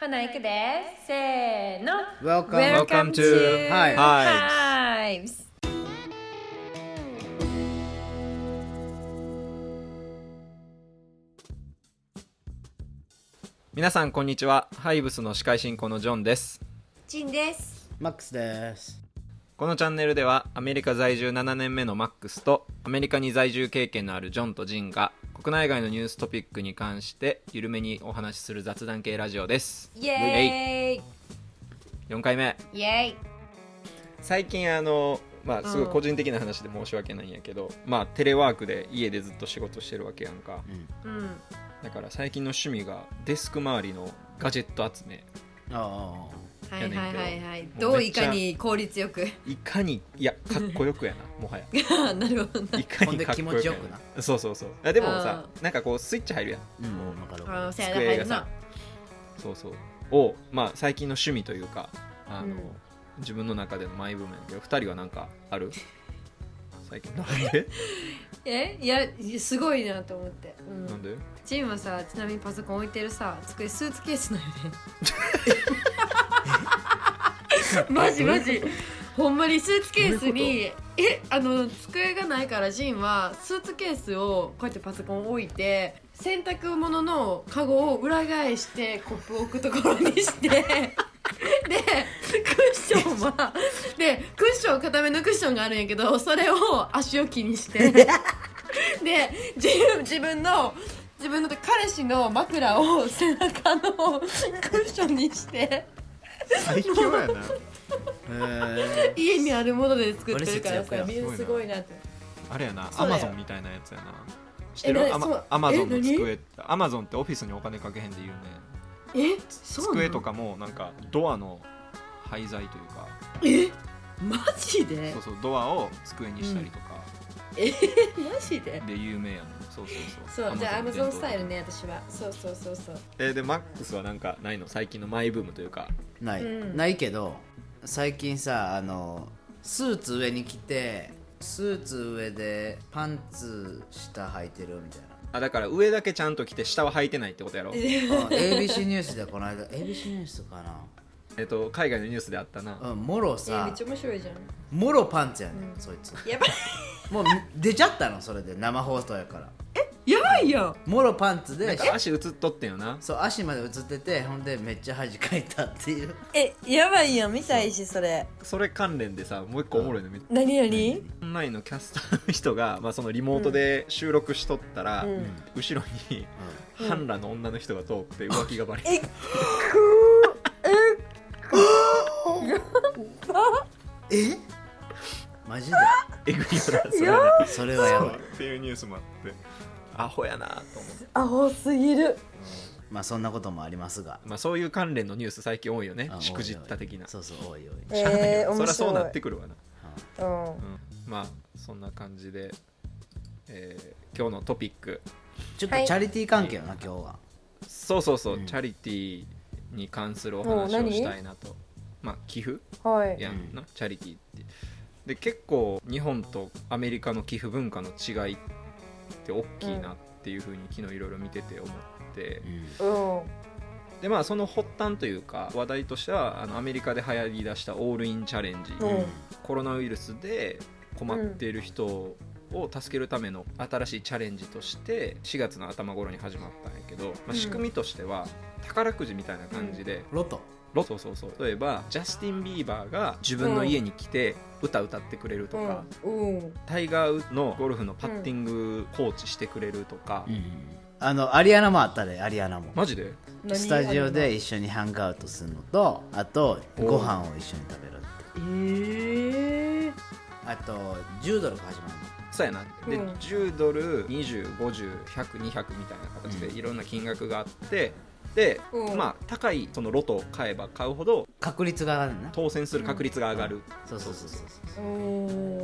ほな行くでせーの Welcome. Welcome Welcome to to Hives. Hives 皆さんこんにちはハイブスの司会進行のジョンですちんです。マックスです。このチャンネルではアメリカ在住7年目のマックスとアメリカに在住経験のあるジョンとジンが国内外のニューストピックに関して緩めにお話しする雑談系ラジオですイエえい4回目ーイイエーイ最近あのまあすごい個人的な話で申し訳ないんやけど、まあテレワークで家でずっと仕事してるわけやんかうんだから最近の趣味がデスク周りのガジェット集めあはいやねんけどはいはいはいもうめっちゃどういかに効率よくいかにいやかっこよくやな もはやなるほどないかほんにでかっこ気よ持くちよやくななそうそうそうあでもさうなんかこうスイッチ入るやんあ。うん、わかるあわーかせやな机入がるなさそうそうをまあ最近の趣味というかあの、うん自分の中でのマイブームやけど2人は何か ある最近なんでえいやすごいなと思って、うんなんでチームはさちなみにパソコン置いてるさ机スーツケースなんよねマジマジほんまにスーツケースにえあの机がないからジンはスーツケースをこうやってパソコン置いて洗濯物のカゴを裏返してコップを置くところにしてでクッションはでクッション固めのクッションがあるんやけどそれを足置きにしてで自分自分の自分の彼氏の枕を背中のクッションにして最強やなへ家にあるもので作ってるから俺節約やさみんなすごいなってあれやなそアうだマよゾンみたいなやつやな知ってるえアそうマアマゾンのえ何机アマゾンってオフィスにお金かけへんで言うねえそうなの机とかもなんかドアの廃材というかえマジでそうそうドアを机にしたりとかマジでで有名やん、そうそうそそううじゃあアマゾン伝ス統タイルね私はそうそうそうそうえーでマックスはなんかないの最近のマイブームというかーない、うんないけど、最近さ、あの、スーツ上に着て、スーツ上でパンツ下履いてるみたいな。あだから上だけちゃんと着て下は履いてないってことやろあ ABC ニュースでこの間 ABC ニュースかなえっと海外のニュースであったな、うんもろえめさっちゃ面白いじゃんもろパンツやねん、そいつやばいもう出ちゃったのそれで生放送やからやばいよもろパンツなんでか足映っとってんよなそう足まで映っててほんでめっちゃ恥かいたっていうえ、やばいよ、見たいし、それ。それ関連でさもう一個おもろいの見なになに。オンラインのキャスターの人が、まあ、そのリモートで収録しとったら、うん後ろに半裸の女の人が通って浮気がバレる、え、えマジでえぐいよなそれなそれはやばいっていうニュースもあってアホやなと思って、アホすぎる。まあそんなこともありますがまあ、そういう関連のニュース最近多いよねあしくじった的なそうそうおいおいえー、面白い。そりゃそうなってくるわなうん。うん、まあそんな感じで、えー今日のトピックちょっとチャリティー関係よな今日はそうそうそう、うんチャリティーに関するお話おうを何したいなとまあ寄付はい。やんな、チャリティーってで結構日本とアメリカの寄付文化の違いって大きいなっていうふうに昨日いろいろ見てて思ってう、んうん。でまあその発端というか話題としてはあのアメリカで流行りだしたオールインチャレンジ、うんコロナウイルスで困っている人を助けるための新しいチャレンジとして4月の頭頃に始まったんやけど、まんあ、仕組みとしては宝くじみたいな感じで、ロトロそうそうそう例えばジャスティン・ビーバーが自分の家に来て歌歌ってくれるとか、うん。うん。タイガーのゴルフのパッティングコーチしてくれるとか、あのアリアナもあったでアリアナもマジで何スタジオで一緒にハンガーウトするのとあとご飯を一緒に食べるってえー、あと10ドルから始まるのそうやなで、うん10ドル2050100200みたいな形でうんいろんな金額があって、で、うんまあ高いそのロトを買えば買うほど確率が上がるな当選する確率が上がるそうそうそうそうそうお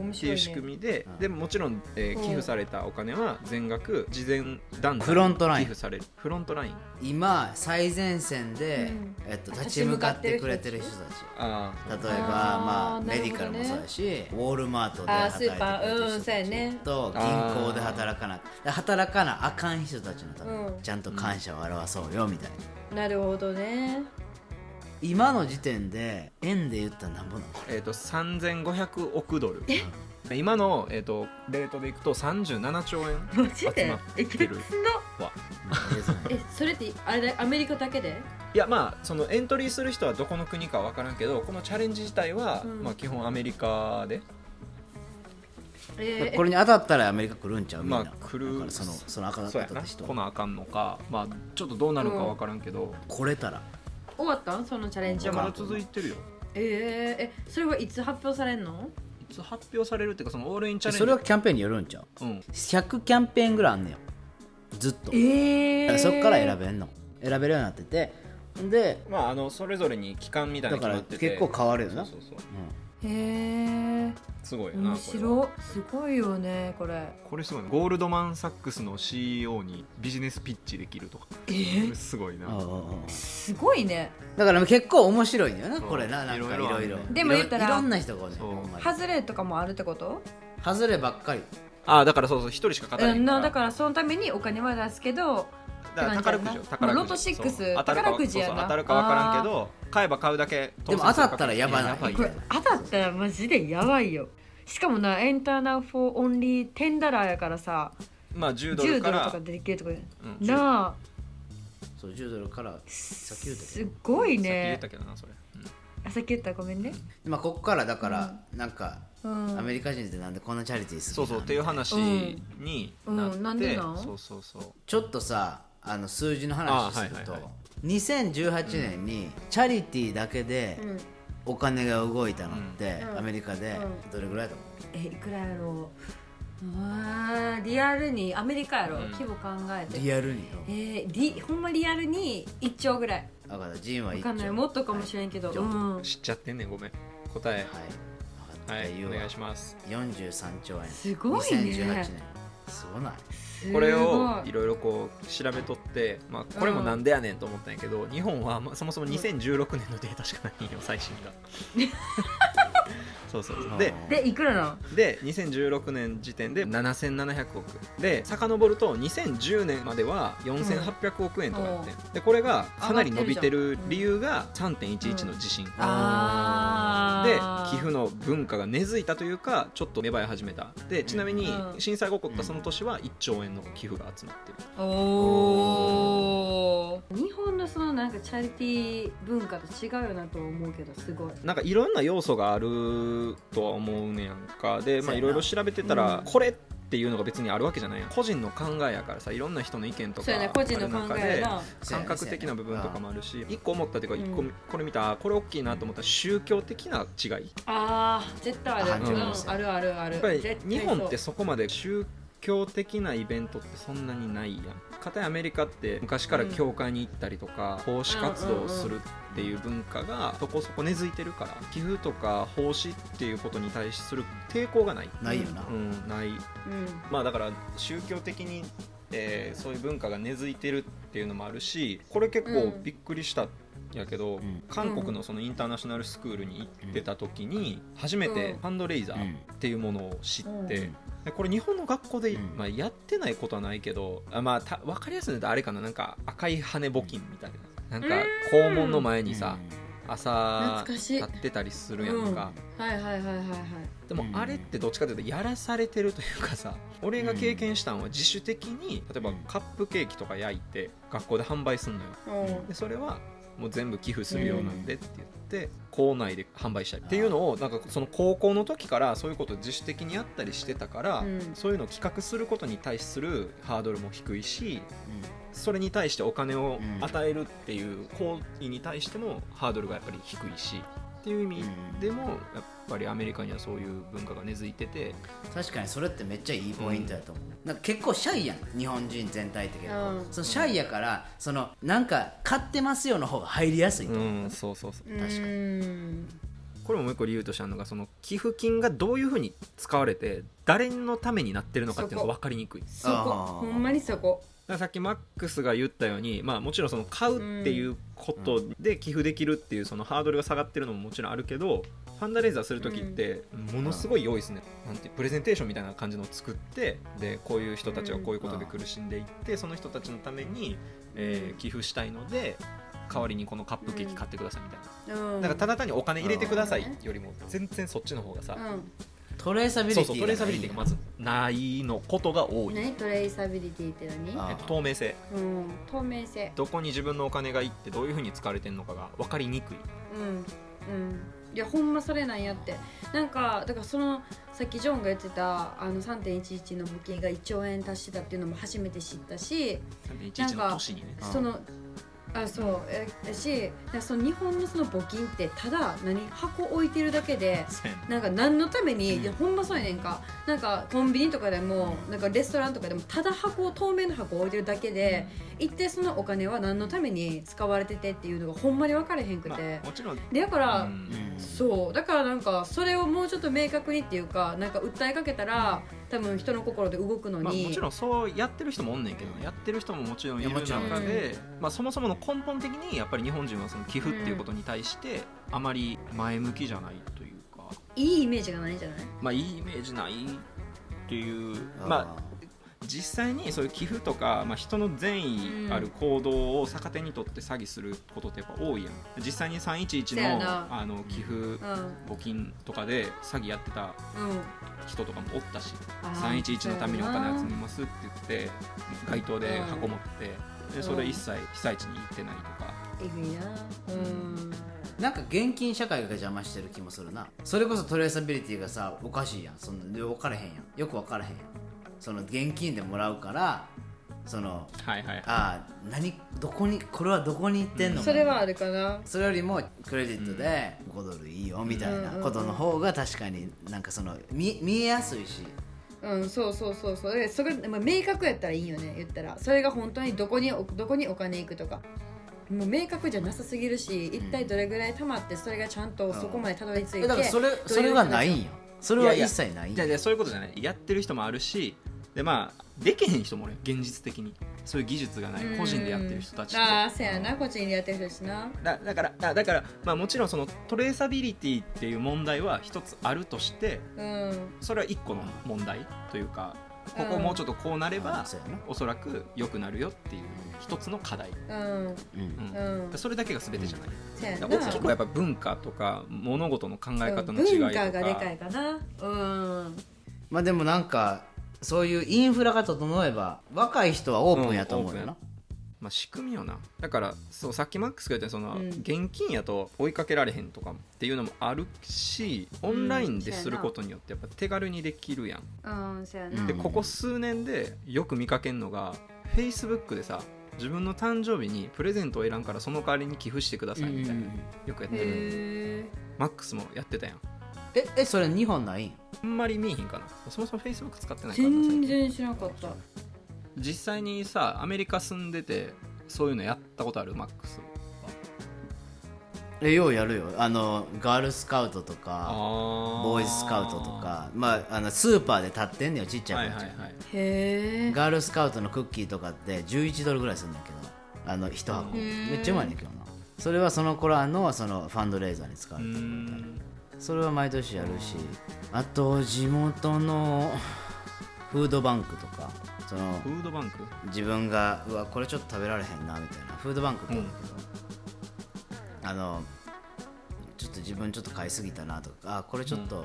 お、面って白い、いね。う仕組みで、うんでもちろん、えーうん寄付されたお金は全額事前団体フロントライン寄付されるフロントライン今最前線で、うんえっと、立ち向かってくれてる人たちあ例えばあまあ、あーなメるデほどねィカルもそうやしウォールマートであー働いスてーパーくれてる人うんそうやねたちとあー銀行で働かなで働かなあかん人たちのためにうんちゃんと感謝を表そうよみたいな、なるほどね今の時点で円で言ったらなんぼなのえー、と3500億ドル今の、えー、とレートでいくと37兆円マジ集でまってえるげつなはえそれってあれアメリカだけでいやまあそのエントリーする人はどこの国かわからんけどこのチャレンジ自体は、うんまあ、基本アメリカで えーこれに当たったらアメリカ来るんちゃうみんな、まあ来るだからそのその赤だっそうやたな人来なあかんのか、まあ、ちょっとどうなるかわからんけど、来れたら終わったんそのチャレンジじゃはあまだ続いてるよえー、えそれはいつ発表されんのいつ発表されるっていうかそのオールインチャレンジそれはキャンペーンによるんちゃううん、 100キャンペーンぐらいあんねよずっと、えだからそっから選べんの選べるようになっててで、まああのそれぞれに期間みたいなだかの決まらってて結構変わるよなそうそうそううべへえすごいよな面こ白いすごいよねこれれはこれすごいなゴールドマン・サックスの CEO にビジネスピッチできるとかえこーれすごいなんうんうんうんすごいねだから結構面白いんだよなそうこれななんかいいろいろあろるいねろでも言ったらいろいろんな人がおんねんそうほんまに外れとかもあるってこと外ればっかりああだからそうそう一人しか勝たうないんからなだからそのためにお金は出すけどだから宝くじよって感宝じやなくじロト6そう当たるか宝くじやなそうそう当たるか分からんけど買えば買うだけでも当たったらやばないばいこれ当たったらマジでやばいよしかもなエンターナフォーオンリーテンダラーやからさまあ10ドル10かドルらとかでできるとかうん10なあそう10ドルから先言うたけすどごいさっき言っねたけどなそれ、うんあ先言ったごめんねまあここからだからなんかうんアメリカ人ってなんでこんなチャリティーするそうそうっていう話になって、うんなんでなんそうそうそうちょっとさあの数字の話すると、あはいはいはい2018年にチャリティーだけでうんお金が動いたのって、うんアメリカでうんどれぐらいだと思うえいくらやろううわーリアルにアメリカやろ、うん規模考えてリアルにえー、リほんまリアルに1兆ぐらいだからジンはわ一かんない兆もっとかもしれんけど、うん知っちゃってんねんごめん答えはい分かった、はい、言うおわ願いします43兆円すごい2018ね年すごないすごいこれをいろいろこう調べとって、まあ、これもなんでやねんと思ったんやけど、日本はまあそもそも2016年のデータしかないんよ最新が そうそうそうででいくらなので2016年時点で7700億で遡ると2010年までは4800億円とかやってん、でこれがかなり伸びてる理由が3.11の地震、あでー寄付の文化が根付いたというかちょっと芽生え始めたでちなみにうん震災が起こったその年は1兆円の寄付が集まってる、おー日本のそのなんかチャリティー文化と違うよなと思うけどすごいなんかいろんな要素があるとは思うねやんかで、まそうやあ、ないろいろ調べてたら、うんこれっていうのが別にあるわけじゃないやん個人の考えやからさいろんな人の意見とそかうやね個人の考えやある中でな感覚的な部分とかもあるし一個思ったというか一う個んこれ見たあこれ大きいなと思った宗教的な違いあー絶対ある、あううんん、あるあるあるやっぱり絶対日そう本ってそこまで宗教的なイベントってそんなにないやんかたやアメリカって昔から教会に行ったりとか、奉仕活動をするっていう文化がそこそこ根付いてるから寄付とか奉仕っていうことに対する抵抗がない、ないよな、うん、ないうんまあだから宗教的に、えーそういう文化が根付いてるっていうのもあるしこれ結構びっくりしたんやけど、ん韓国のそのインターナショナルスクールに行ってた時に初めてうんハンドレイザーっていうものを知うんって、でこれ日本の学校で、うんまあ、やってないことはないけどあまあた分かりやすいのであれかななんか赤い羽募金みたいななんか校門の前にさ、朝懐かしい立ってたりするやんか、はいはいはいはいはいでもうんあれってどっちかというとやらされてるというかさ俺が経験したのは自主的に例えばうんカップケーキとか焼いて学校で販売するのようんでそれはもう全部寄付するようなんでって言って校内で販売したりっていうのをなんかその高校の時からそういうことを自主的にやったりしてたから、うんそういうのを企画することに対するハードルも低いしうんそれに対してお金をうん与えるっていう行為に対してもハードルがやっぱり低いしっていう意味でもやっぱりアメリカにはそういう文化が根付いてて確かにそれってめっちゃいいポイントやと思う、なんか結構シャイやん日本人全体的に、うんそのシャイやからそのなんか買ってますよの方が入りやすいとう思う、んそうそうそう確かにこれももう一個理由としてあるのがその寄付金がどういうふうに使われて誰のためになってるのかっていうのが分かりにくいだかそこあーほんまにそこらさっきマックスが言ったようにまあもちろんその買うっていうことで寄付できるっていうそのハードルが下がってるのももちろんあるけどファンダレイザーする時ってものすごい用意ですね、なんてプレゼンテーションみたいな感じのを作ってでこういう人たちはこういうことで苦しんでいってその人たちのために、えー寄付したいので代わりにこのカップケーキ買ってくださいみたいな、うんだからただ単にお金入れてくださいよりも全然そっちの方がさ、うトレーサビリテそィうそうトレーサビリティがまずないのことが多んい、何トレーサビリティってあ何えっと透明性うん透明性どこに自分のお金がいってどういうふうに使われてるのかが分かりにくいうんうんいやほんまそれなんやってなんかだからそのさっきジョンが言ってたあの3.11の募金が1兆円達してたっていうのも初めて知ったし11の年にねうんそのあそうえやしだからその日本のその募金ってただ何箱置いてるだけでそうやねなんか何のために、うんいやほんまそうやねんかなんかコンビニとかでもなんかレストランとかでもただ箱を透明の箱を置いてるだけで、一定そのお金は何のために使われててっていうのがほんまに分かれへんくまてあ、もちろんでだから、うんそうだからなんかそれをもうちょっと明確にっていうかなんか訴えかけたら多分人の心で動くのに、まあ、もちろんそうやってる人もおんねんけど、やってる人ももちろんいるいやもちろん中で、まあ、そもそもの根本的にやっぱり日本人はその寄付っていうことに対してあまり前向きじゃないというか、いいイメージがないんじゃないまあ、いいイメージないっていうあーまあ、実際にそういう寄付とか、まあ、人の善意ある行動を逆手にとって詐欺することってやっぱ多いやん実際に311せやのなあの寄付う募金とかで詐欺やってたんうん人とかもおったしあー311のためにお金集そうやめなますって言って街頭で箱持って、でそれ一切被災地に行ってないとか、えぐいなうんなんか現金社会が邪魔してる気もするなそれこそトレーサビリティがさおかしいやんそんなで分からへんやんよく分からへんやんその現金でもらうからそのはいはいはああ何どこにこれはどこに行ってんの、それはあるかなそれよりもクレジットで5ドルいいよみたいなことの方が確かになんかその見見えやすいしうんそうそうそうそうだからそれ、まあ、明確やったらいいよね言ったらそれが本当にどこにおどこにお金行くとかもう明確じゃなさすぎるし一体どれぐらい貯まってそれがちゃんとそこまでたどり着いて、えだからそれそれがないんよそれは一切ないい、んじゃよあじゃあそういうことじゃないやってる人もあるしでまあできへん人もおるやん現実的にそういう技術がない個人でやってる人たちっうんてああせやな個人でやってる人たちなだだからだだから、まあ、もちろんそのトレーサビリティっていう問題は一つあるとしてうんそれは一個の問題というかここもうちょっとこうなれば、あそうやなおそらく良くなるよっていう一つの課題、うんうんうんうんそれだけが全てじゃない、せやな大きくはやっぱ文化とか物事の考え方の違いとか文化がでかいかなうんまあでもなんかそういうインフラが整えば若い人はオープンやと思うよな、まあ、仕組みよなだからそうさっきマックスが言ったよううんにその現金やと追いかけられへんとかっていうのもあるしオンラインですることによってやっぱ手軽にできるやん、うんせやうなんでここ数年でよく見かけるのが Facebook でさ自分の誕生日にプレゼントをいらんからその代わりに寄付してくださいみたいな、よくやってるへマックスもやってたやんええそれ日本ないんあんまり見えへんかなそもそも Facebook 使ってえないからな最全近然知らなかった実際にさアメリカ住んでてそういうのやったことあるマックスえようやるよあのガールスカウトとかボボーイズスカウトとかまああのスーパーで立ってんねよちっちゃはいい子はたいち、はいへえガールスカウトのクッキーとかって11ドルぐらいするんだけどあの一箱へーめっちゃうまいねんけどなそれはその頃のそのファンドレーザーに使わうれてるみたいなーんそれは毎年やるしあと地元のフードバンクとかそのフードバンク自分がうわこれちょっと食べられへんなみたいなフードバンクって言うんだけど、あのちょっと自分ちょっと買いすぎたなとかあこれちょっと、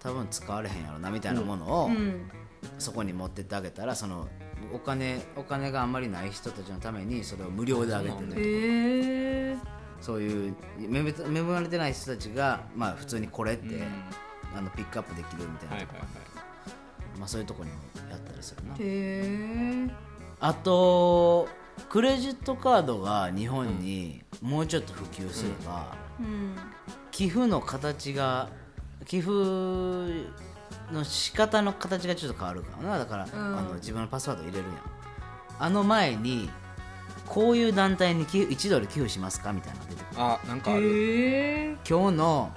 多分使われへんやろなみたいなものを、うんそこに持ってってあげたらそのお金お金があんまりない人たちのためにそれを無料であげてる、へえそういう恵め恵まれてない人たちが、まあ、普通にこれって、うんあのピックアップできるみたいなはいはいとはか、いまあ、そういうとこにもやったりするなへえあとクレジットカードが日本にもうちょっと普及すれば、うん寄付の形が寄付の仕方の形がちょっと変わるからなだから、んあの自分のパスワード入れるやんあの前にこういう団体に寄付1ドル寄付しますかみたいなのが出てくるあなんかあるへえ今日の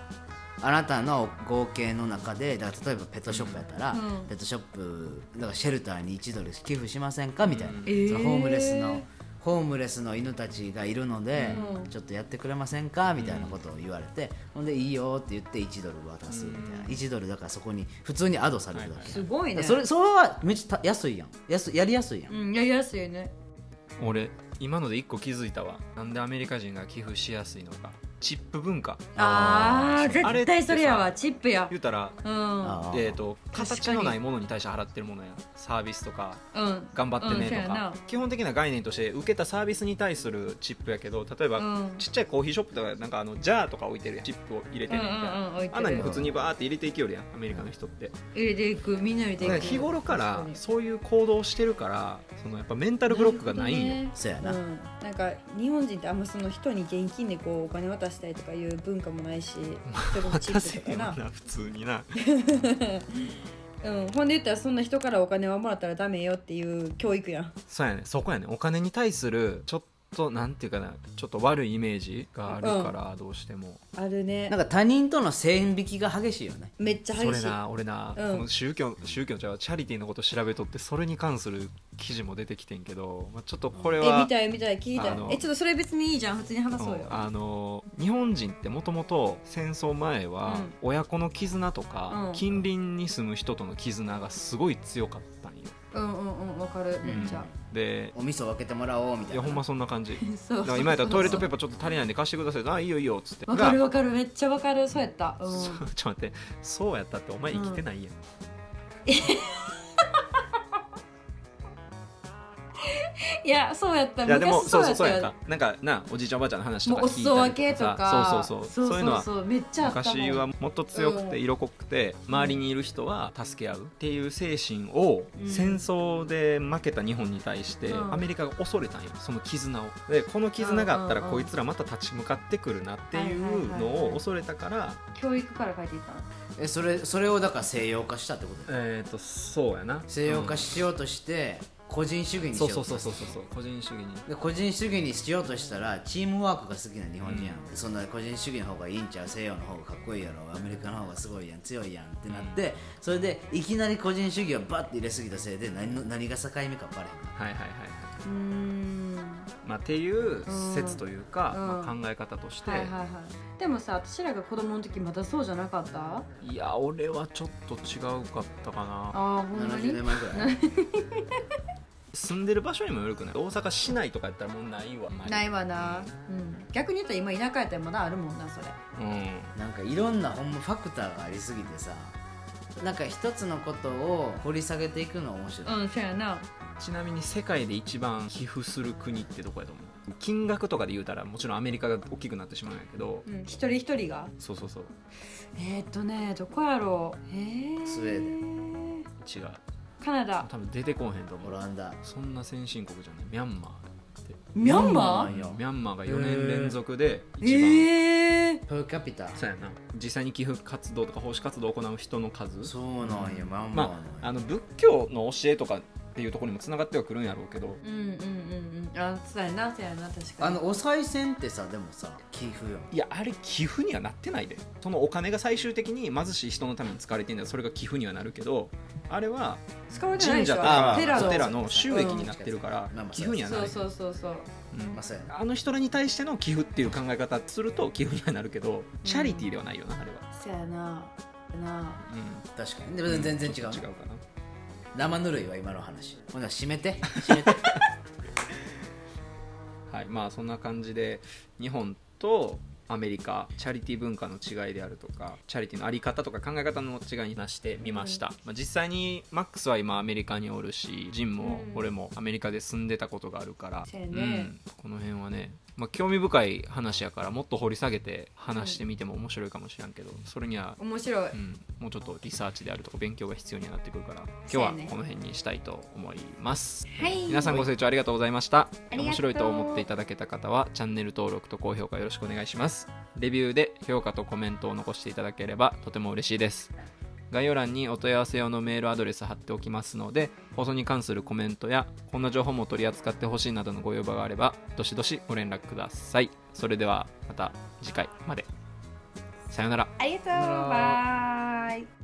あなたの合計の中でだから例えばペットショップやったら、うんペットショップだからシェルターに1ドル寄付しませんかみたいな、うんえーそのホームレスのホームレスの犬たちがいるので、うんちょっとやってくれませんかみたいなことを言われて、ほんでいいよって言って1ドル渡すみたいな、1ドルだからそこに普通にアドされるだけ、すごいだからねそれそれはめっちゃ安いやん安やりやすいやん、うんやりやすいね俺今ので一個気づいたわなんでアメリカ人が寄付しやすいのかチップ文化あああー絶対それやあれわチップや言うたらうんあーえー、と確かに形のないものに対して払ってるものやサービスとかうん頑張ってねうんそうとやかな、基本的な概念として受けたサービスに対するチップやけど例えば、うんちっちゃいコーヒーショップとかなんかあのジャーとか置いてるやんチップを入れてうんねうみたいな、んうん置いあてんなるによ普通にバーって入れていきよるやんアメリカの人って入れていくみんな入れてだいからく日頃から確にそういう行動をしてるからそのやっぱメンタルブロックがないんよ、るほどねそうやうな、ん、なんか日本人ってあんまその人に現金でこうお金渡したりとかいう文化も ないしそれこそチ渡せッよプとかなな普通になうん、ほんで言ったらそんな人からお金はもらったらダメよっていう教育やんそうやねそこやねお金に対するちょっとなんていうかなちょっと悪いイメージがあるからどうしても、あるねなんか他人との線引きが激しいよねめっちゃそ激れしいな俺な、うんこの宗教宗教じゃうわチャリティーのこと調べとってそれに関する記事も出てきてんけど、まあ、ちょっとこえれは見たい見たい聞いたいあのえちょっとそれ別にいいじゃん普通に話そううよんあの日本人ってもともと戦争前はうん親子の絆とか、うん近隣に住む人との絆がすごい強かったんよ、うんうんうんわかるめっ ちゃでお味噌分けてもらおうみたいいやなほんまそんな感じ そうだから今やったらトイレットペーパーちょっと足りないんで貸してくださいあいいよいいよっつってわかるがわかるめっちゃわかるそうやったうんそうちょっと待ってそうやったってお前生きてないやん、いやそうやったいやでも昔そうそうそうややっったたなんかなおじいちゃんおばあちゃんの話ともかうお聞い裾分たけりととかかさそうそうそうそういうのはそうめっちゃあったもん昔はもっと強くてうん色濃くて周りにいる人は助け合うっていう精神を戦争で負けた日本に対してうんアメリカが恐れたんよその絆をでこの絆があったらうんうんうんこいつらまた立ち向かってくるなっていうのを恐れたから教育から書いていったのえそれそれをだから西洋化したってことだよえっとそうやな西洋化しようとして個人主義にしそよううそうとそうそうそうそう個人主義にで個人主義にしようとしたらチームワークが好きな日本人やん、そんな個人主義の方がいいんちゃう西洋の方がかっこいいやろアメリカの方がすごいやん強いやんってなって、それでいきなり個人主義をバッて入れすぎたせいで何の何が境目か分からへんはいはいはいはいうーんまあっていう説というかうんまあ考え方としてはいはいはいでもさ私らが子供の時まだそうじゃなかったあいや俺はちょっと違うかったかなあーほんま70に年前ぐらい住んでる場所にもよるくない大阪市内とかやったらもうないわないわな、うん、逆に言ったら今田舎やったらまだあるもんなそれうんなんかいろんなほんまファクターがありすぎてさなんか一つのことを掘り下げていくのは面白い、うんそやなちなみに世界で一番寄付する国ってどこやと思う金額とかで言うたらもちろんアメリカが大きくなってしまうんやけど、うん、一人一人がそうそうそうえー、っとねどこやろうえー、スウーデェン違うカナダ多分出てこうへんと思オうランダそんな先進国じゃないミャンマーってミャンミャンマーなマんーやミャンマーが4年連続で一番、ええー、プーキャピタそうやな実際に寄付活動とか奉仕活動を行う人の数そうなんやまあまあまああの仏教の教えとかっていうところにもつながってはくるんやろうけどうんうんうんうんあそうやなそうやな確かにあのお賽銭ってさでもさ寄付よいやあれ寄付にはなってないでそのお金が最終的に貧しい人のために使われてんだよそれが寄付にはなるけどあれは使われてないで神し社ょとあかあテラおの寺の収益になってるからうん寄付にはなそらなういそうそうそううんまあそうやなあの人らに対しての寄付っていう考え方すると寄付にはなるけどチャリティーではないよなあれは、そうやななう確かにでも全然違ちょうっと違うかな生ぬるいは今の話ほな締めて 締めてはいまあそんな感じで日本とアメリカチャリティー文化の違いであるとかチャリティーのあり方とか考え方の違いに出してみました、まあ、実際にマックスは今アメリカにおるしジンもうん俺もアメリカで住んでたことがあるから、そうやうねん、この辺はね、まあ、興味深い話やからもっと掘り下げて話してみても面白いかもしれんけどそれには、面白いうん、もうちょっとリサーチであるとか勉強が必要にはなってくるからそ今うや日はねこの辺にしたいと思います。はい皆さんご清聴ありがとうございましたありがとう面白いと思っていただけた方はチャンネル登録と高評価よろしくお願いしますレビューで評価とコメントを残していただければとても嬉しいです概要欄にお問い合わせ用のメールアドレス貼っておきますので放送に関するコメントやこんな情報も取り扱ってほしいなどのご要望があればどしどしご連絡くださいそれではまた次回までさようならありがとうバイ